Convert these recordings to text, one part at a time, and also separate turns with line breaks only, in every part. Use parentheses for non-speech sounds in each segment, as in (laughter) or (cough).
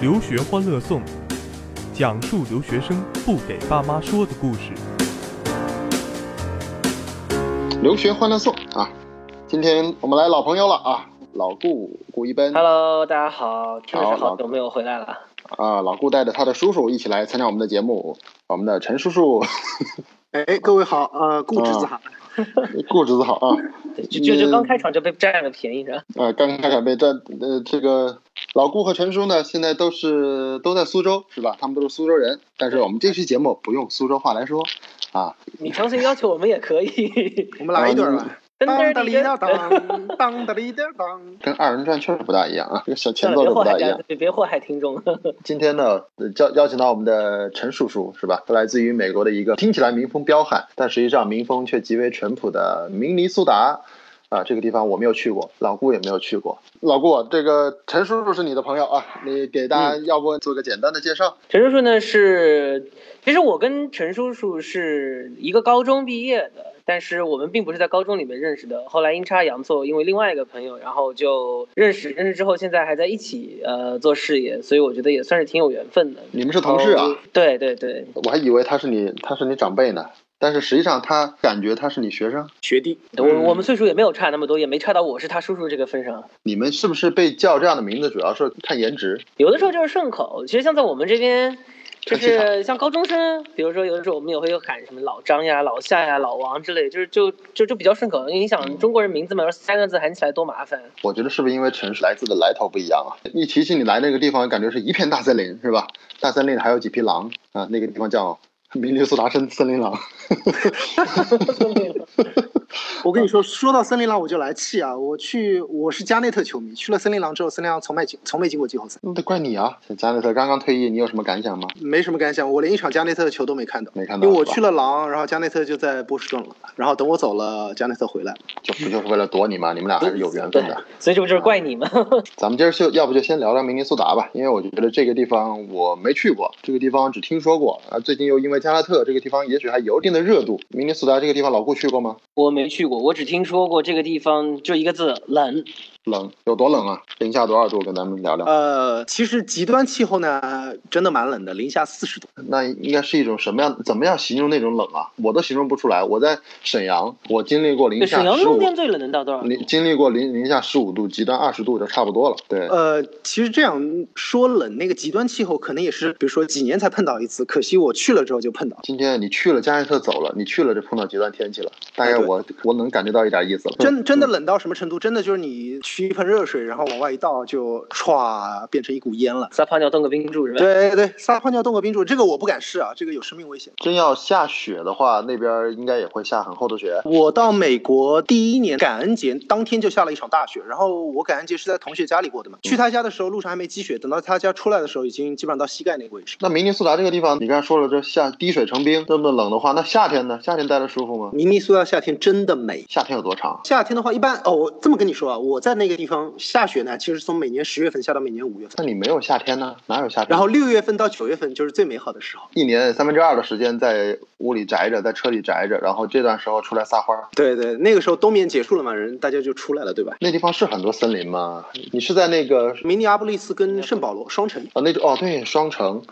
留学欢乐颂》，讲述留学生不给爸妈说的故事。
留学欢乐颂啊！今天我们来老朋友了啊，老顾顾一奔
Hello，大家好，真的
好
是好
老
久没有回来了。
啊，老顾带着他的叔叔一起来参加我们的节目，我们的陈叔叔， (laughs)
哎，各位好，呃，顾侄子好，
顾侄子好啊！
对，就就
嗯
就刚开场就被占了便宜是吧？
呃，刚开始被这呃这个老顾和陈叔呢，现在都是都在苏州是吧？他们都是苏州人，但是我们这期节目不用苏州话来说啊，
你强行要求我们也可以。 (laughs)
我们来一段吧。
噔
当
噔噔
当哩
(laughs)
当
噔，
当，当当哩当当。
跟二人转确实不大一样啊，这个小
算
前
了，
奏
别
都
祸
不
害
大一样
大。家，别祸害听众。 (laughs)
今天呢，呃邀邀请到我们的陈叔叔是吧？他来自于美国的一个听起来民风彪悍，但实际上民风却极为淳朴的明尼苏达。啊，这个地方我没有去过，老顾也没有去过。老顾，这个陈叔叔是你的朋友啊，你给大家要不做个简单的介绍？
陈叔叔呢是，其实我跟陈叔叔是一个高中毕业的，但是我们并不是在高中里面认识的。后来阴差阳错，因为另外一个朋友，然后就认识，认识之后现在还在一起呃做事业，所以我觉得也算是挺有缘分的。
你们是同事啊？
对对对，
我还以为他是你，他是你长辈呢，但是实际上他感觉他是你学生。
学弟，
我我们岁数也没有差那么多，也没差到我是他叔叔这个份上。
你们是不是被叫这样的名字，主要是看颜值？
有的时候就是顺口，其实像在我们这边，就
看市
是像高中生，比如说有的时候我们也会喊什么老张呀、老夏呀、老王之类，就是就就就比较顺口。因为你想中国人名字嘛，要是三个字喊起来多麻烦。
我觉得是不是因为城市来自的来头不一样啊？一提起你来那个地方，感觉是一片大森林，是吧？大森林还有几匹狼啊，那个地方叫明尼苏达森森林狼。
(laughs)
(laughs)
我跟你说，说到森林狼我就来气啊！我去，我是加内特球迷，去了森林狼之后，森林狼从没进，从没进过季后赛，
那得怪你啊！加内特刚刚退役，你有什么感想吗？
没什么感想，我连一场加内特的球都没看到。
没看到，
因为我
是吧
去了狼，然后加内特就在波士顿了，然后等我走了，加内特回来了。
就不就是为了躲你吗？你们俩还是有缘
对
分
嗯
的。，
所以这不就是怪你吗？ (laughs)
咱们今儿就要不就先聊聊明尼苏达吧，因为我觉得这个地方我没去过，这个地方只听说过啊。最近又因为加拉特这个地方，也许还有一定的热度。明尼苏达这个地方，老顾去过吗？
我没去过，我只听说过这个地方，就一个字冷。
冷，有多冷啊？零下多少度？跟咱们聊聊。
呃，其实极端气候呢，真的蛮冷的，零下四十度。
那应该是一种什么样？怎么样形容那种冷啊？我都形容不出来。我在沈阳，我经历过零
对，
下
沈阳
十
冬
五，
天最冷能到多少度？
零经历过零零下十五度，极端二十度就差不多了。对，
呃，其实这样说冷，那个极端气候可能也是，比如说几年才碰到一次，可惜我去了之后就碰到了。
今天你去了加内特走了，你去了就碰到极端天气了。大概
哎对
我我能感觉到一点意思了。
真真的冷到什么程度？真的就是你沏一盆热水，然后往外一倒，就歘变成一股烟了。
撒泡尿冻个冰柱是吧？
对对，撒泡尿冻个冰柱，这个我不敢试啊，这个有生命危险。
真要下雪的话，那边应该也会下很厚的雪。
我到美国第一年感恩节当天就下了一场大雪，然后我感恩节是在同学家里过的嘛，去他家的时候路上还没积雪，等到他家出来的时候已经基本上到膝盖那个位置。
那明尼苏达这个地方，你刚才说了，这下滴水成冰，这么冷的话，那夏天呢？夏天待着舒服吗？
明尼苏达夏天真的美，
夏天有多长？
夏天的话，一般哦，我这么跟你说啊，我在那个地方下雪呢，其实从每年十月份下到每年五月份，
那你没有夏天呢？哪有夏天？
然后六月份到九月份就是最美好的时候。
一年三分之二的时间在屋里宅着，在车里宅着，然后这段时候出来撒欢儿。
对对，那个时候冬眠结束了嘛，人大家就出来了，对吧？
那地方是很多森林吗？你是在那个
明尼阿波利斯跟圣保罗双城，
啊、那哦对双城，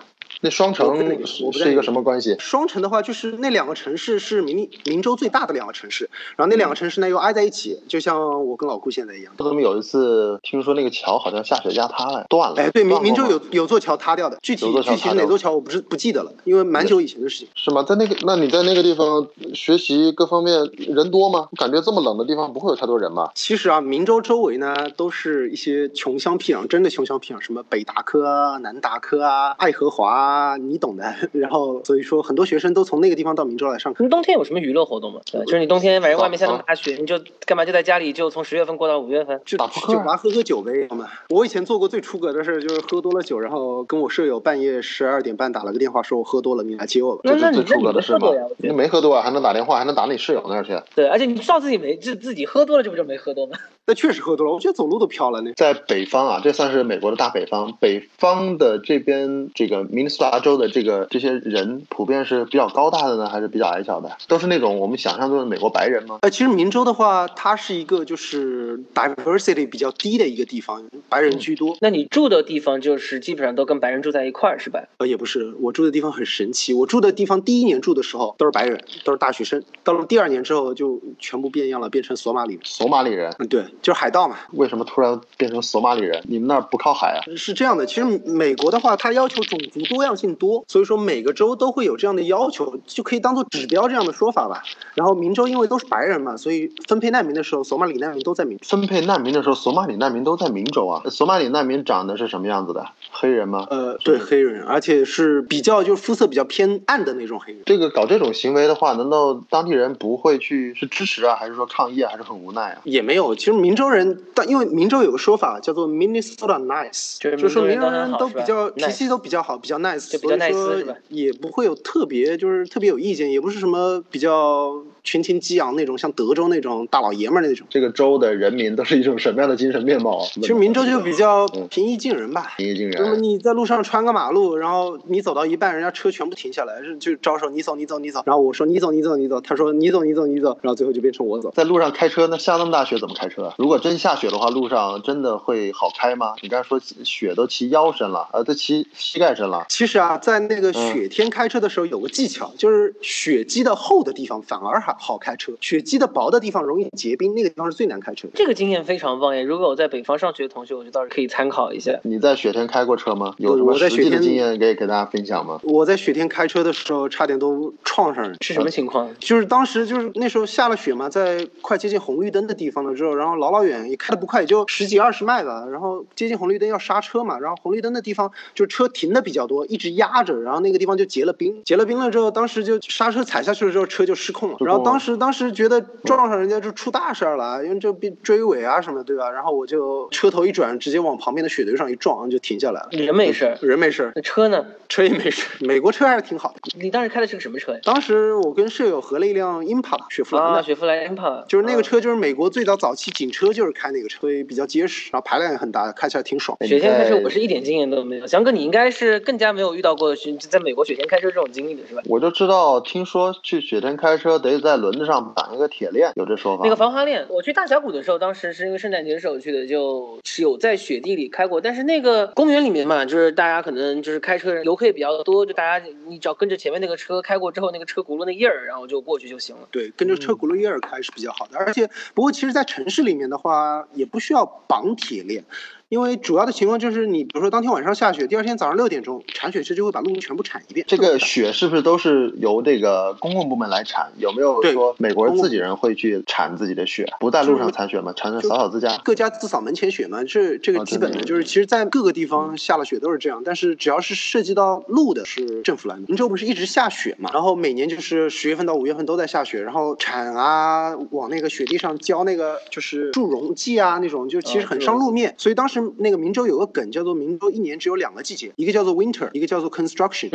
那双
我不在那
城
边
是
我不在那
是一个
边
什么关系？
双城的话就是那两个城市是明尼明州最大的两个城市，然后那两个城市呢又挨在一起，就像我跟老顾现在一样。
我怎么有一次听说那个桥好像下雪压塌了，断了？
哎，对，明
断过
明州
吗
有有座桥塌掉的，具体
有座桥
具体
塌掉
是哪
的
座桥我不是不记得了，因为蛮久以前的事情。
是吗？在那个，那你在那个地方学习各方面人多吗？感觉这么冷的地方不会有太多人吧？
其实啊，明州周围呢都是一些穷乡僻壤，真的穷乡僻壤，什么北达科啊、南达科啊、爱荷华啊，你懂的。 (laughs) 然后所以说，很多学生都从那个地方到明州来上课。
你冬天有什么娱乐活动吗？对吧就是你冬天反正外面下那么大雪，你就干嘛就在家里就从十月份过到五月份？
就
打
去
扑克啊
酒吧喝喝酒呗，朋友们。我以前做过最出格的事儿，就是喝多了酒，然后跟我舍友半夜十二点半打了个电话，说我喝多了，你来接我吧。
那
这
那
是
你
最出
那你
格的
没
事
喝
吗
多呀？我？觉
你
得
没喝多啊，还能打电话，还能打你室友那儿去。啊
对，而且你知道自己没自自己喝多了这不就没喝多吗？ (laughs)
那确实喝多了，我觉得走路都飘了那。
在北方啊，这算是美国的大北方。北方的这边，这个明尼苏苏达州的这个这些人普遍是比较高大的呢，还是比较矮小的？都是那种我们想象中的美国白人吗？
呃，其实明州的话，它是一个就是 diversity 比较低的一个地方，白人居多。
那你住的地方就是基本上都跟白人住在一块儿是吧？
呃，也不是，我住的地方很神奇。我住的地方第一年住的时候都是白人，都是大学生。到了第二年之后就全部变样了，变成索马里人。
索马里人
嗯，对，就是海盗嘛。
为什么突然变成索马里人？你们那儿不靠海啊？
是这样的，其实美国的话，它要求种族多样性多，所以说每个州都会有这样的要求，就可以当做指标这样的说法吧。然后明州因为都是白人嘛，所以分配难民的时候，索马里难民都在明州。
分配难民的时候，索马里难民都在明州啊。索马里难民长得是什么样子的？黑人吗？
呃，对黑人，而且是比较就是肤色比较偏暗的那种黑人。
这个搞这种行为的话，难道当地人不会去是支持啊，还是说抗议啊，还是很无奈啊？
也没有，其实明州人，但因为明州有个说法叫做 Minnesota nice，
就是
说
明
明
州
州
人
人
都
都
很好
比
是吧
较脾气都比较好，比较 nice，
就比较 nice，
所
是
以
吧
说也不会有特别就是特别有意见，也不是什么比较群情激昂那种，像德州那种大老爷们儿那种。
这个州的人民都是一种什么样的精神面貌啊？
其实明州就比较
嗯
平易近人吧。
平易近
那么
人。
你在路上穿个马路，然后你走到一半，人家车全部停下来，是就招手你走你走你走，然后我说你走你走你走，他说你走你走你走，然后最后就变成我走。
在路上开车，那下那么大雪怎么开车啊？如果真下雪的话，路上真的会好开吗？你刚才说雪都骑腰深了，呃，都骑膝盖深了。
其实啊，在那个
嗯
雪天开车的时候有个技巧，就是雪积的厚的地方反而还好开车，雪积的薄的地方容易结冰，那个地方是最难开车的。
这个经验非常棒耶！如果我在北方上学的同学，我觉得倒是可以参考一下。
你在雪天开过车吗？有什么
我在
实
雪
际的
天
经验可以给大家分享吗？
我在雪天开车的时候，差点都撞上人。
是什么情况？
就是当时就是那时候下了雪嘛，在快接近红绿灯的地方了之后，然后老老远也开的不快，也就十几二十迈吧，然后接近红绿灯要刹车嘛，然后红绿灯的地方就车停的比较多，一直压着，然后那个地方就结了冰，结了冰了之后，当时就刹车踩下去了之后，车就失控了，
失控了
然后当时当时觉得撞上人家就出大事儿了，因为这被追尾啊什么的，对吧？然后我就车头一转，直接往旁边的雪堆上一撞，就停下来了，
人没事儿，
人没事儿，
那车呢？
车也没事儿，美国车还是挺好的。
你当时开的是个什么车呀？
当时我跟舍友合了一辆 Impala 雪佛兰的
啊，。雪佛兰 Impala，
就是
嗯
那个
啊。
车，就是美国最早早期警车就是开那个车，所以比较结实，然后排量也很大，开起来挺爽。
哎
雪天开车，我。
你在
是一点经验都没有。翔哥，你应该是更加没有遇到过雪，在美国雪天开车这种经历的是吧？
我就知道，听说去雪天开车得在轮子上绑一个铁链，有这说法吗。
啊
那个防滑链，我去大峡谷的时候，当时是因为圣诞节的时候去的，就是有在雪地里开过。但是那个公园里面嘛，就是大家可能就是开车人游客也比较多，就大家你只要跟着前面那个车开过之后，那个车轱辘那印儿，然后就过去就行了。
对，跟着
嗯
车轱辘叶儿开是比较好的，而且不过其实，在城市里面的话，也不需要绑铁链，因为主要的情况就是你，比如说当天晚上下雪，第二天早上六点钟铲雪车就会把路全部铲一遍。
这个雪是不是都是由这个公共部门来铲？有没有
对
说美国人
公共
自己人会去铲自己的雪，不在路上铲雪吗？铲铲扫扫自家。
各家自扫门前雪嘛，这这
啊
个基本
真的
的，就是其实，在各个地方下了雪都是这样，但是只要是涉及到路的，是政府来的。您这不是一直下雪嘛？然后每年就是十月份到五月份都在下雪，然后铲啊，往那个雪地上浇那个就是祝融剂啊那种，就其实
啊
很
祝
伤
融
路面。所以当时那个明州有个梗叫做明州一年只有两个季节，一个叫做 winter，一个叫做 construction。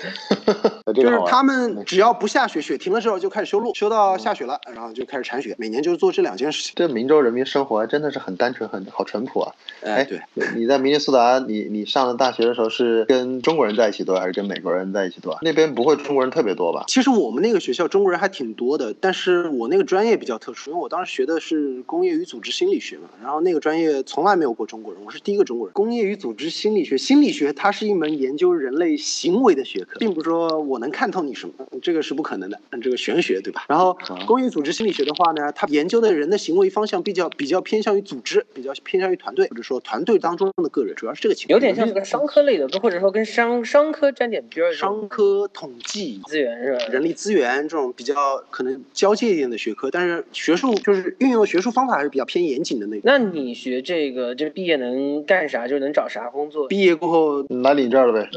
呃这
(laughs) 就
个
是
好玩
他们只要不下雪，雪停了之后就开始修路，修到下雪了，然后就开始铲雪，每年就是做这两件事情。
这明州人民生活还真的是很单纯，很好淳朴啊！哎
哎，对。
你在明尼苏达，你你上了大学的时候是跟中国人在一起多，还是跟美国人在一起多？那边不会中国人特别多吧？
其实我们那个学校中国人还挺多的，但是我那个专业比较特殊，因为我当时学的是工业与组织心理学嘛，然后那个专业从来没有过中国人，我是第一个中国人。工业与组织心理学，心理学它是一门研究人类行为的学科，并不是说我能看透你什么，这个是不可能的，嗯这个玄学对吧？然后
啊
工业与组织心理学的话呢，它研究的人的行为方向比较比较偏向于组织，比较偏向于团队，或者说团队当中的个人，主要是这个情况。
有点像这个商科类的，跟或者说跟商商科沾点边儿，
商科统计
资源是吧？
人力资源这种比较可能交界一点的学科，但是学术就是运用学术方法还是比较偏严谨的那种。
那你学这个，这毕业能干啥？就能找啥工作？
毕业过后，
来你这儿了呗，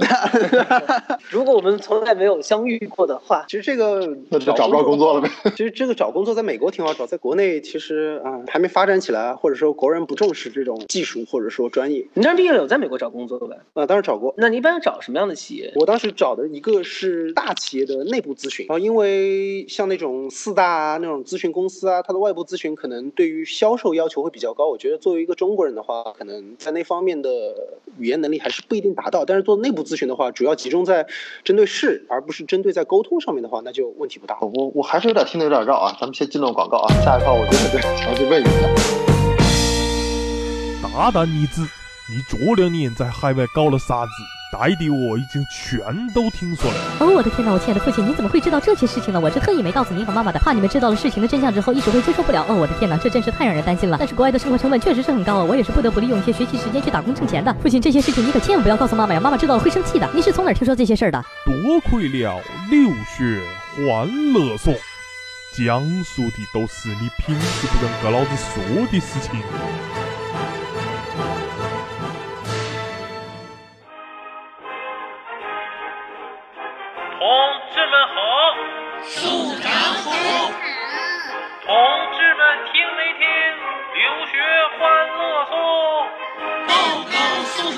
如果我们从来没有相遇过的话，
其实这个
那就找不着工作了呗。
其实这个找工作在美国挺好找，在国内其实啊、还没发展起来，或者说国人不重视这种技术或者说专业
你当时毕业了有在美国找工作吧？
啊、当然找过。
那你一般找什么样的企业？
我当时找的一个是大企业的内部咨询，然后因为像那种四大啊那种咨询公司啊，它的外部咨询可能对于销售要求会比较高。我觉得作为一个中国人的话，可能在那方面的语言能力还是不一定达到。但是做内部咨询的话，主要集中在针对事，而不是针对在沟通上面的话，那就问题不大。
我我还是有点听得有点绕啊，咱们先进段广告啊，下一块我觉得得详细问一下。
大胆一次，你这两年在海外搞了啥子？带的我已经全都听说了。
哦，我的天哪！我亲爱的父亲，你怎么会知道这些事情呢？我这特意没告诉您和妈妈的，怕你们知道了事情的真相之后一时会接受不了。哦，我的天哪，这真是太让人担心了。但是国外的生活成本确实是很高啊，我也是不得不利用一些学习时间去打工挣钱的。父亲，这些事情你可千万不要告诉妈妈呀，妈妈知道了会生气的。您是从哪儿听说这些事儿的？
多亏了留学欢乐颂，讲述的都是你平时不敢跟老子说的事情。
同志们好，同志们听没听？留学欢乐颂，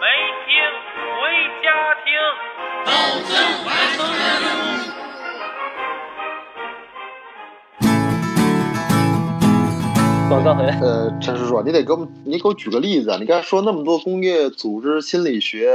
没听回家听。
广告回来。
呃，陈叔叔，你得给我们，你给我举个例子啊。你刚才说那么多工业组织心理学，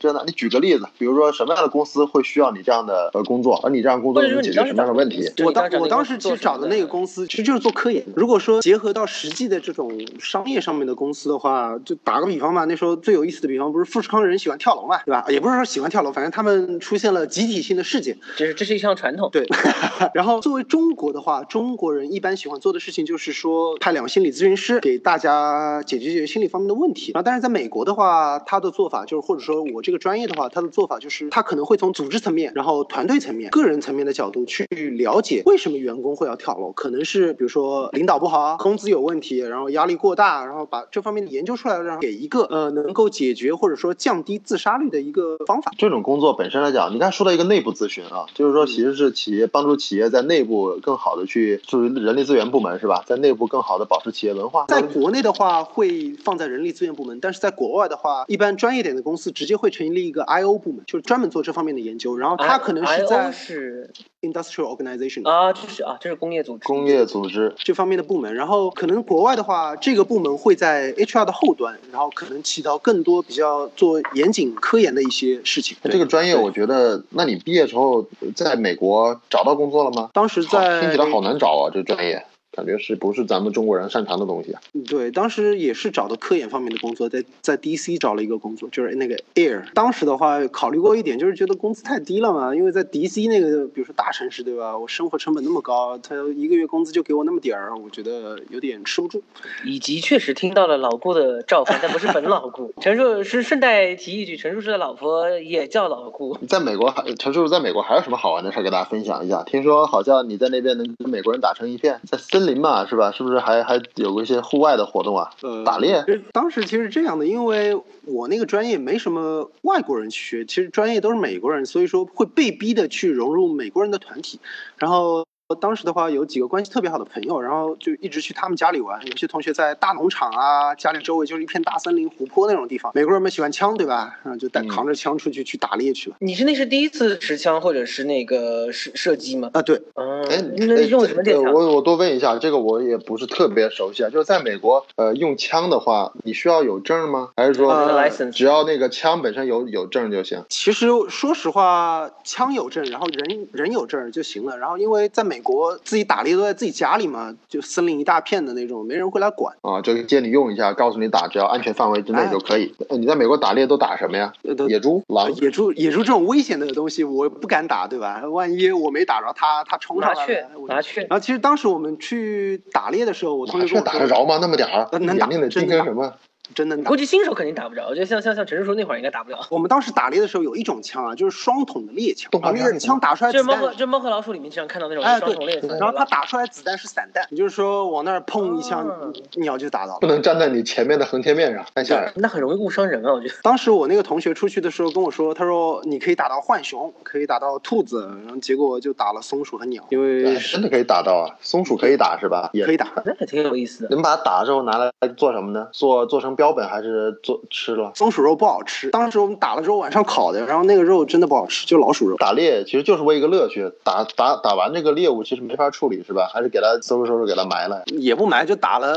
这那，你举个例子，比如说什么样的公司会需要你这样的呃工作，而你这样工作
或者说
能解
你
决
当
什
时
么样的
找
问题？
对
我
你当
当
时
我当时
做
其
什
实找
么
的
的
那个公司，其实就是做科研。如果说结合到实际的这种商业上面的公司的话，就打个比方吧，那时候最有意思的比方不是富士康人喜欢跳楼嘛，对吧？也不是说喜欢跳楼，反正他们出现了集体性的事件。
这是这是一项传统。
对， (laughs) 然后作为中国的话，中国人一般喜欢做的事情就是说派两个心理咨询师给大家解决解决心理方面的问题。然后，但是在美国的话，他的做法就是，或者说我这个专业的话，他的做法就是，他可能会从组织层面，然后团队层面、个人层面的角度去了解为什么员工会要跳楼，可能是比如说领导不好啊，工资有问题，然后压力过大，然后把这方面的研究出来，然后给一个呃能够解决或者说降低自杀率的一个方法。
这种工作本身来讲，你刚才说到一个内部咨询啊，就是说
嗯
其实是企业帮助企业在内部更好的去，就是人力资源部门是吧，在内部更好的保持企业文化。
在国内的话会放在人力资源部门，但是在国外的话，一般专业点的公司直接会成立一个 I O 部门，就是专门做这方面的研究。然后它可能
啊 I
是
O
在
是
industrial organization
啊，这是啊，这是工业组织。
工业组织，
这方面的部门，然后可能国外的话，这个部门会在 HR 的后端，然后可能起到更多比较做严谨科研的一些事情。
这个专业
对
我觉得，那你毕业之后在美国找到工作了吗？
当时
好
在
听起来好难找啊，这专业感觉是不是咱们中国人擅长的东西啊？
对，当时也是找的科研方面的工作，在在 DC 找了一个工作，就是那个 Air。当时的话，考虑过一点，就是觉得工资太低了嘛，因为在 DC 那个，比如说大城市，对吧？我生活成本那么高，他一个月工资就给我那么点儿，我觉得有点吃不住。
以及确实听到了老顾的召唤，但不是本老顾。陈述是顺带提一句，陈述师的老婆也叫老顾。
在美国还，陈叔叔在美国还有什么好玩的事儿给大家分享一下？听说好像你在那边能跟美国人打成一片，在森林嘛，是吧？是不是还还有过一些户外的活动啊？
呃，
打猎
其实当时其实这样的，因为我那个专业没什么外国人去学，其实专业都是美国人，所以说会被逼的去融入美国人的团体。然后当时的话，有几个关系特别好的朋友，然后就一直去他们家里玩。有些同学在大农场啊，家里周围就是一片大森林、湖泊那种地方。美国人们喜欢枪，对吧？然后就带
嗯
扛着枪出去去打猎去了。
你是那是第一次持枪或者是那个射射击吗？
啊，对，
嗯
哎，，
那
哎
用什么
这
猎
呃
枪？
我我多问一下，这个我也不是特别熟悉啊。就是在美国，呃，用枪的话，你需要有证吗？还是说、
呃
只要那个枪本身有有证就行？
其实说实话，枪有证，然后人人有证就行了。然后因为在美国自己打猎都在自己家里嘛，就森林一大片的那种，没人会来管。
啊，就是借你用一下，告诉你打，只要安全范围之内
哎
就可以。呃你在美国打猎都打什么呀？
呃都
野猪、狼、
野猪野猪这种危险的东西，我不敢打，对吧？万一我没打着它，它冲上
麻
来
雀
了，我，就
麻雀。
然后其实当时我们去打猎的时候，我同
麻
学跟
雀
我
打得
说，
着吗？那么点儿，啊
呃能
眼
打
睛得
真
盯跟
能打
什么？
真能打
估。计新手肯定打不着，我觉得像像像陈叔那会儿应该打不了。
我们当时打猎的时候有一种枪啊，就是双筒的猎枪，
动画
把那
片
个
里
枪打出来
就是
子
猫
弹
和就是猫和老鼠里面经常看到那种
哎
双筒猎
对，
枪，
然后它打出来子弹是散弹，也就是说往那儿砰一枪
哦，
鸟就打到了
不。能站在你前面的横切面上，太吓人了。
那很容易误伤人啊，我觉得。
当时我那个同学出去的时候跟我说，他说你可以打到浣熊，可以打到兔子，然后结果就打了松鼠和鸟，因为
哎真的可以打到啊！松鼠可以打是吧？也
可以打。
那还挺有意思的。
你们把它打了之后拿来做什么呢？做做成当标本还是做吃了？
松鼠肉不好吃，当时我们打了之后晚上烤的，然后那个肉真的不好吃，就老鼠肉。
打猎其实就是为一个乐趣，打打打完这个猎物其实没法处理是吧？还是给它收拾收拾，给它埋了。
也不埋，就打了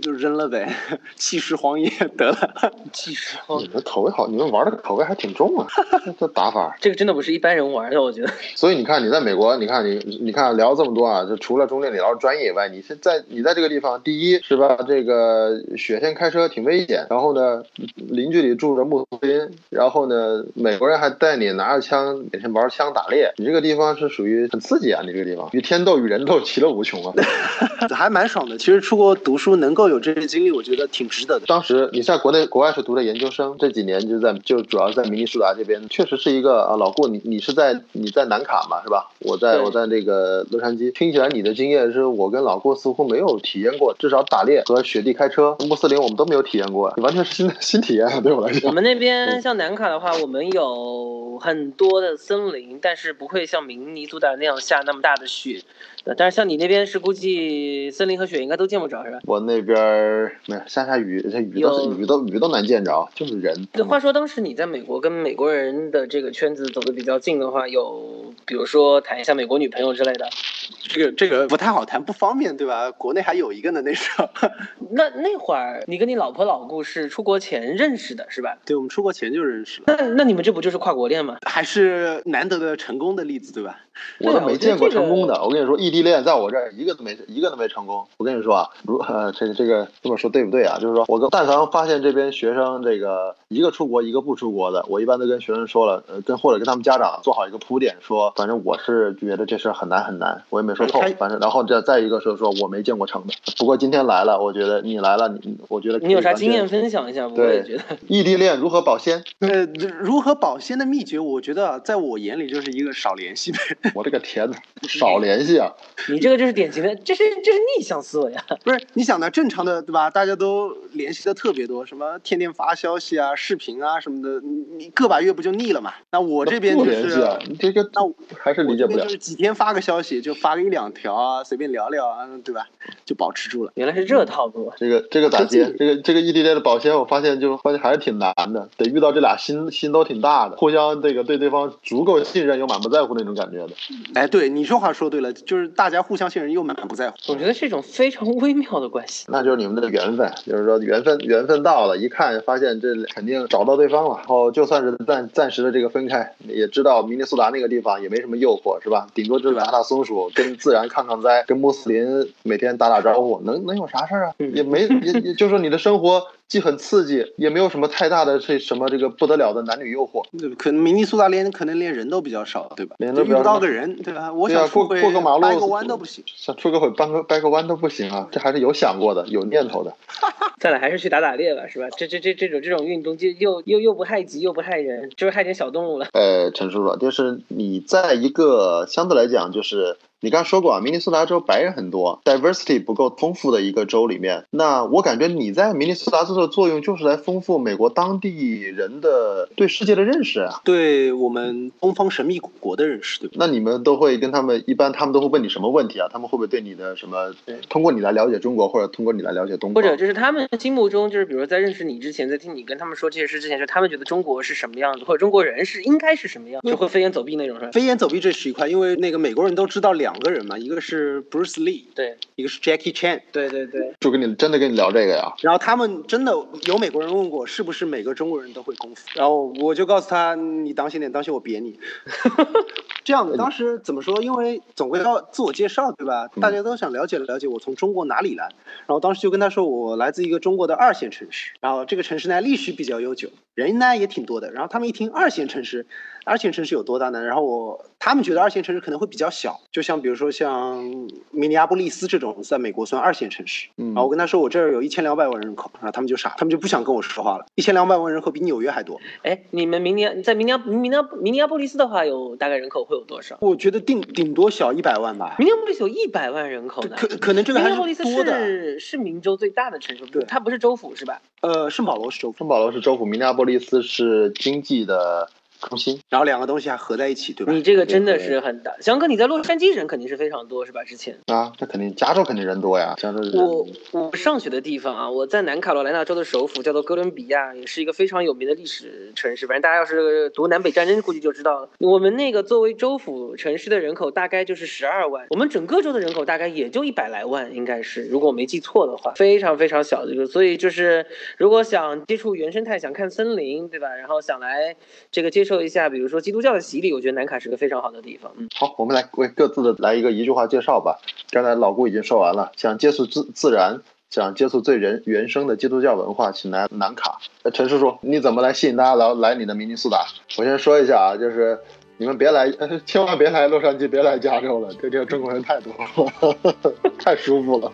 就扔了呗，弃尸荒野得了。 (laughs)
技术，你们口味好，你们玩的口味还挺重啊，这打法。
这个真的不是一般人玩的，
(laughs)
我觉得。
所以你看，你在美国，你看你，你看聊这么多啊，就除了中间你聊专业以外，你是在你在这个地方，第一是吧，这个雪天开车挺危险，然后呢，邻居里住着穆斯林，然后呢，美国人还带你拿着枪，每天玩枪打猎，你这个地方是属于很刺激啊，你这个地方与天斗与人斗，其乐无穷啊。
还蛮爽的。其实出国读书能够有这些经历，我觉得挺值得的。
当时你在国内国外是读的研究生，这几年就在就主要在明尼苏达这边，确实是一个啊，老顾你你是在你在南卡嘛是吧？我在
对
我在这个洛杉矶，听起来你的经验是我跟老顾似乎没有体验过，至少打猎和雪地开车、穆斯林我们都没有体验过，你完全是新的新体验啊，对我来
我
讲。
们那边像南卡的话，我们有很多的森林，但是不会像明尼苏达那样下那么大的雪。呃但是像你那边是估计森林和雪应该都见不着是吧？
(laughs) 我那边儿没有下下雨，这雨都是
有
雨都雨都难见着，就是人。
对话说当时你在美国跟美国人的这个圈子走得比较近的话，有比如说谈一下美国女朋友之类的，
这个这个不太好谈，不方便，对吧？国内还有一个呢，那时候。 (laughs)
那那会儿你跟你老婆老顾是出国前认识的是吧？
对，我们出国前就认识了，
那那你们这不就是跨国恋吗？
还是难得的成功的例子，对吧？
我都
对
没
我觉得
见过
这个
成功的。我跟你说，异地恋在我这儿一个都没一个都没成功。我跟你说啊，如呃这个这个这么说对不对啊？就是说我跟但凡发现这边学生这个一个出国一个不出国的，我一般都跟学生说了，呃跟或者跟他们家长做好一个铺垫，说反正我是觉得这事儿很难很难，我也没说透
哎，
反正然后这再一个是说我没见过成的。不过今天来了，我觉得你来了，你我觉得可以
你有啥
完全
经验分享一下？不
对
会觉得
异地恋如何保鲜？
呃，如何保鲜的秘诀，我觉得啊在我眼里就是一个少联系呗。
我这个天呐，少联系啊！
你这个就是典型的，这是这是逆向思维啊！
不是，你想的正常的对吧？大家都联系的特别多，什么天天发消息啊、视频啊什么的，你你个把月不就腻了嘛？那我这边
不
就
联系
是
啊，你这个
那我
还是
我
理
这
解不
边
了
就。是几天发个消息，就发个一两条啊，随便聊聊啊，对吧？就保持住了。
原来是这套路啊，
这个这个咋接这
这？
个这个异地恋的保鲜，我发现就发现还是挺难的，得遇到这俩心心都挺大的，互相这个对对方足够信任又满不在乎那种感觉的。
哎，对，你这话说对了，就是大家互相信任又满不在乎。
总觉得是一种非常微妙的关系。
那就是你们的缘分，就是说缘分缘分到了，一看发现这肯定找到对方了，然后就算是暂暂时的这个分开，也知道明尼苏达那个地方也没什么诱惑，是吧？顶多就是打打松鼠，跟自然抗抗灾，跟穆斯林每天打打招呼，能能有啥事儿啊？
嗯
也没
(laughs)
也也就是说你的生活既很刺激，也没有什么太大的这什么这个不得了的男女诱惑。
对可能明尼苏达连可能连人都比较少，对吧？
人都
就
比
遇
较
不
少
到个人，对吧？我
对啊
想
过
出去
过个马路
掰个弯都不行。
想出个会搬个掰个弯都不行啊，这还是有想过的，有念头的。
咱俩还是去打打猎吧，是吧？这这这这种这种运动，就又又又不害己，又不害人，就是害点小动物了。
呃，陈叔叔，就是你在一个相对来讲，就是你刚才说过啊，明尼苏达州白人很多，diversity 不够丰富的一个州里面，那我感觉你在明尼苏达州的作用就是来丰富美国当地人的对世界的认识啊。
对我们东方神秘古国的认识，对吧？
那你们都会跟他们，一般他们都会问你什么问题啊？他们会不会对你的什么，通过你来了解中国，或者通过你来了解东
或
方？
哦
者就是他们心目中，就是比如在认识你之前，在听你跟他们说这些事之前，就他们觉得中国是什么样子，或者中国人是应该是什么样，就会飞檐走壁那种，是吧？
飞檐走壁这是一块，因为那个美国人都知道两个人嘛，一个是 Bruce Lee，
对
一个是 Jackie Chan。
对对对，
就跟你真的跟你聊这个呀？
然后他们真的有美国人问过，是不是每个中国人都会功夫？然后我就告诉他，你当心点，当心我扁你。 (laughs) 这样的，当时怎么说？因为总归要自我介绍，对吧？大家都想了解了解我从中国哪里来。然后当时就跟他说，我来自一个中国的二线城市。然后这个城市呢，历史比较悠久，人呢也挺多的。然后他们一听二线城市，二线城市有多大呢？然后我他们觉得二线城市可能会比较小，就像比如说像明尼阿波利斯这种，在美国算二线城市。
嗯
然后我跟他说我这儿有一千两百万人口，然后他们就傻，他们就不想跟我说话了。一千两百万人口比纽约还多，
哎，你们明年在明尼明尼明尼阿波利斯的话，有大概人口会有多少？
我觉得顶顶多小一百万吧。
明尼阿波利斯有一百万人口呢。
可可能这个
明
还
尼阿波利
是
斯
多的，
是是明州最大的城市，
对
它不是州府是吧？
呃，圣保罗是州份
圣保罗是州府，明尼阿波利斯是经济的中心，
然后两个东西还合在一起，对吧？
你这个真的是很大，翔哥，你在洛杉矶人肯定是非常多，是吧？之前
啊，那肯定加州肯定人多呀，加州人
我我上学的地方啊，我在南卡罗来纳州的首府叫做哥伦比亚，也是一个非常有名的历史城市。反正大家要是读南北战争，估计就知道了。我们那个作为州府城市的人口大概就是十二万，我们整个州的人口大概也就一百来万，应该是，如果我没记错的话，非常非常小的一个。所以就是如果想接触原生态，想看森林，对吧？然后想来这个接受一下，比如说基督教的洗礼，我觉得南卡是个非常好的地方。嗯，
好，我们来为各自的来一个一句话介绍吧。刚才老顾已经说完了，想接触自自然，想接触最人原生的基督教文化，请来南卡。呃陈叔叔，你怎么来吸引大家来来你的明尼苏达？我先说一下啊，就是你们别来，呃千万别来洛杉矶，别来加州了，这地儿中国人太多了， (laughs) 太舒服了。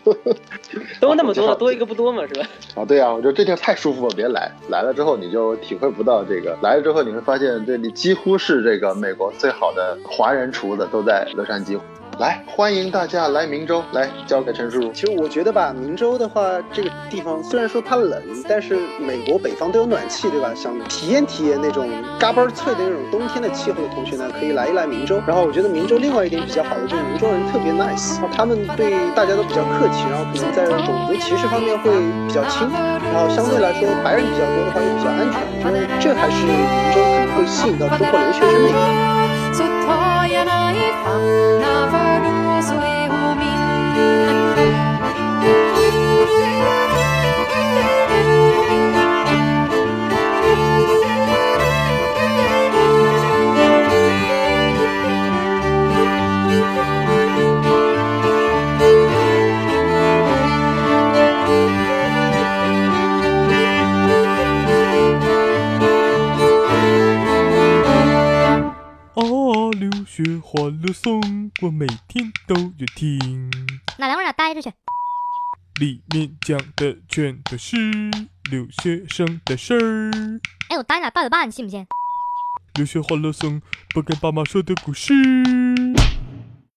都那么多了，多一个不多嘛，是吧？
啊，对啊，我觉得这地儿太舒服了，别来。来了之后你就体会不到这个，来了之后你会发现这里几乎是这个美国最好的华人厨子都在洛杉矶。来，欢迎大家来明州，来交给陈叔叔。
其实我觉得吧，明州的话，这个地方虽然说它冷，但是美国北方都有暖气，对吧？想体验体验那种嘎嘣儿脆的那种冬天的气候的同学呢，可以来一来明州。然后我觉得明州另外一点比较好的就是明州人特别 nice，他们对大家都比较客气，然后可能在种族歧视方面会比较轻，然后相对来说白人比较多的话又比较安全。我觉得这还是明州可能会吸引到中国留学生的一个地方。
Så tar jag dig i famna för då så är hon min
啊，留学欢乐颂我每天都有听，
哪凉快哪待着去。哎
里面讲的全都是留学生的事儿。
哎，我打你俩大嘴巴，你信不信？
留学欢乐颂不跟爸妈说的故事。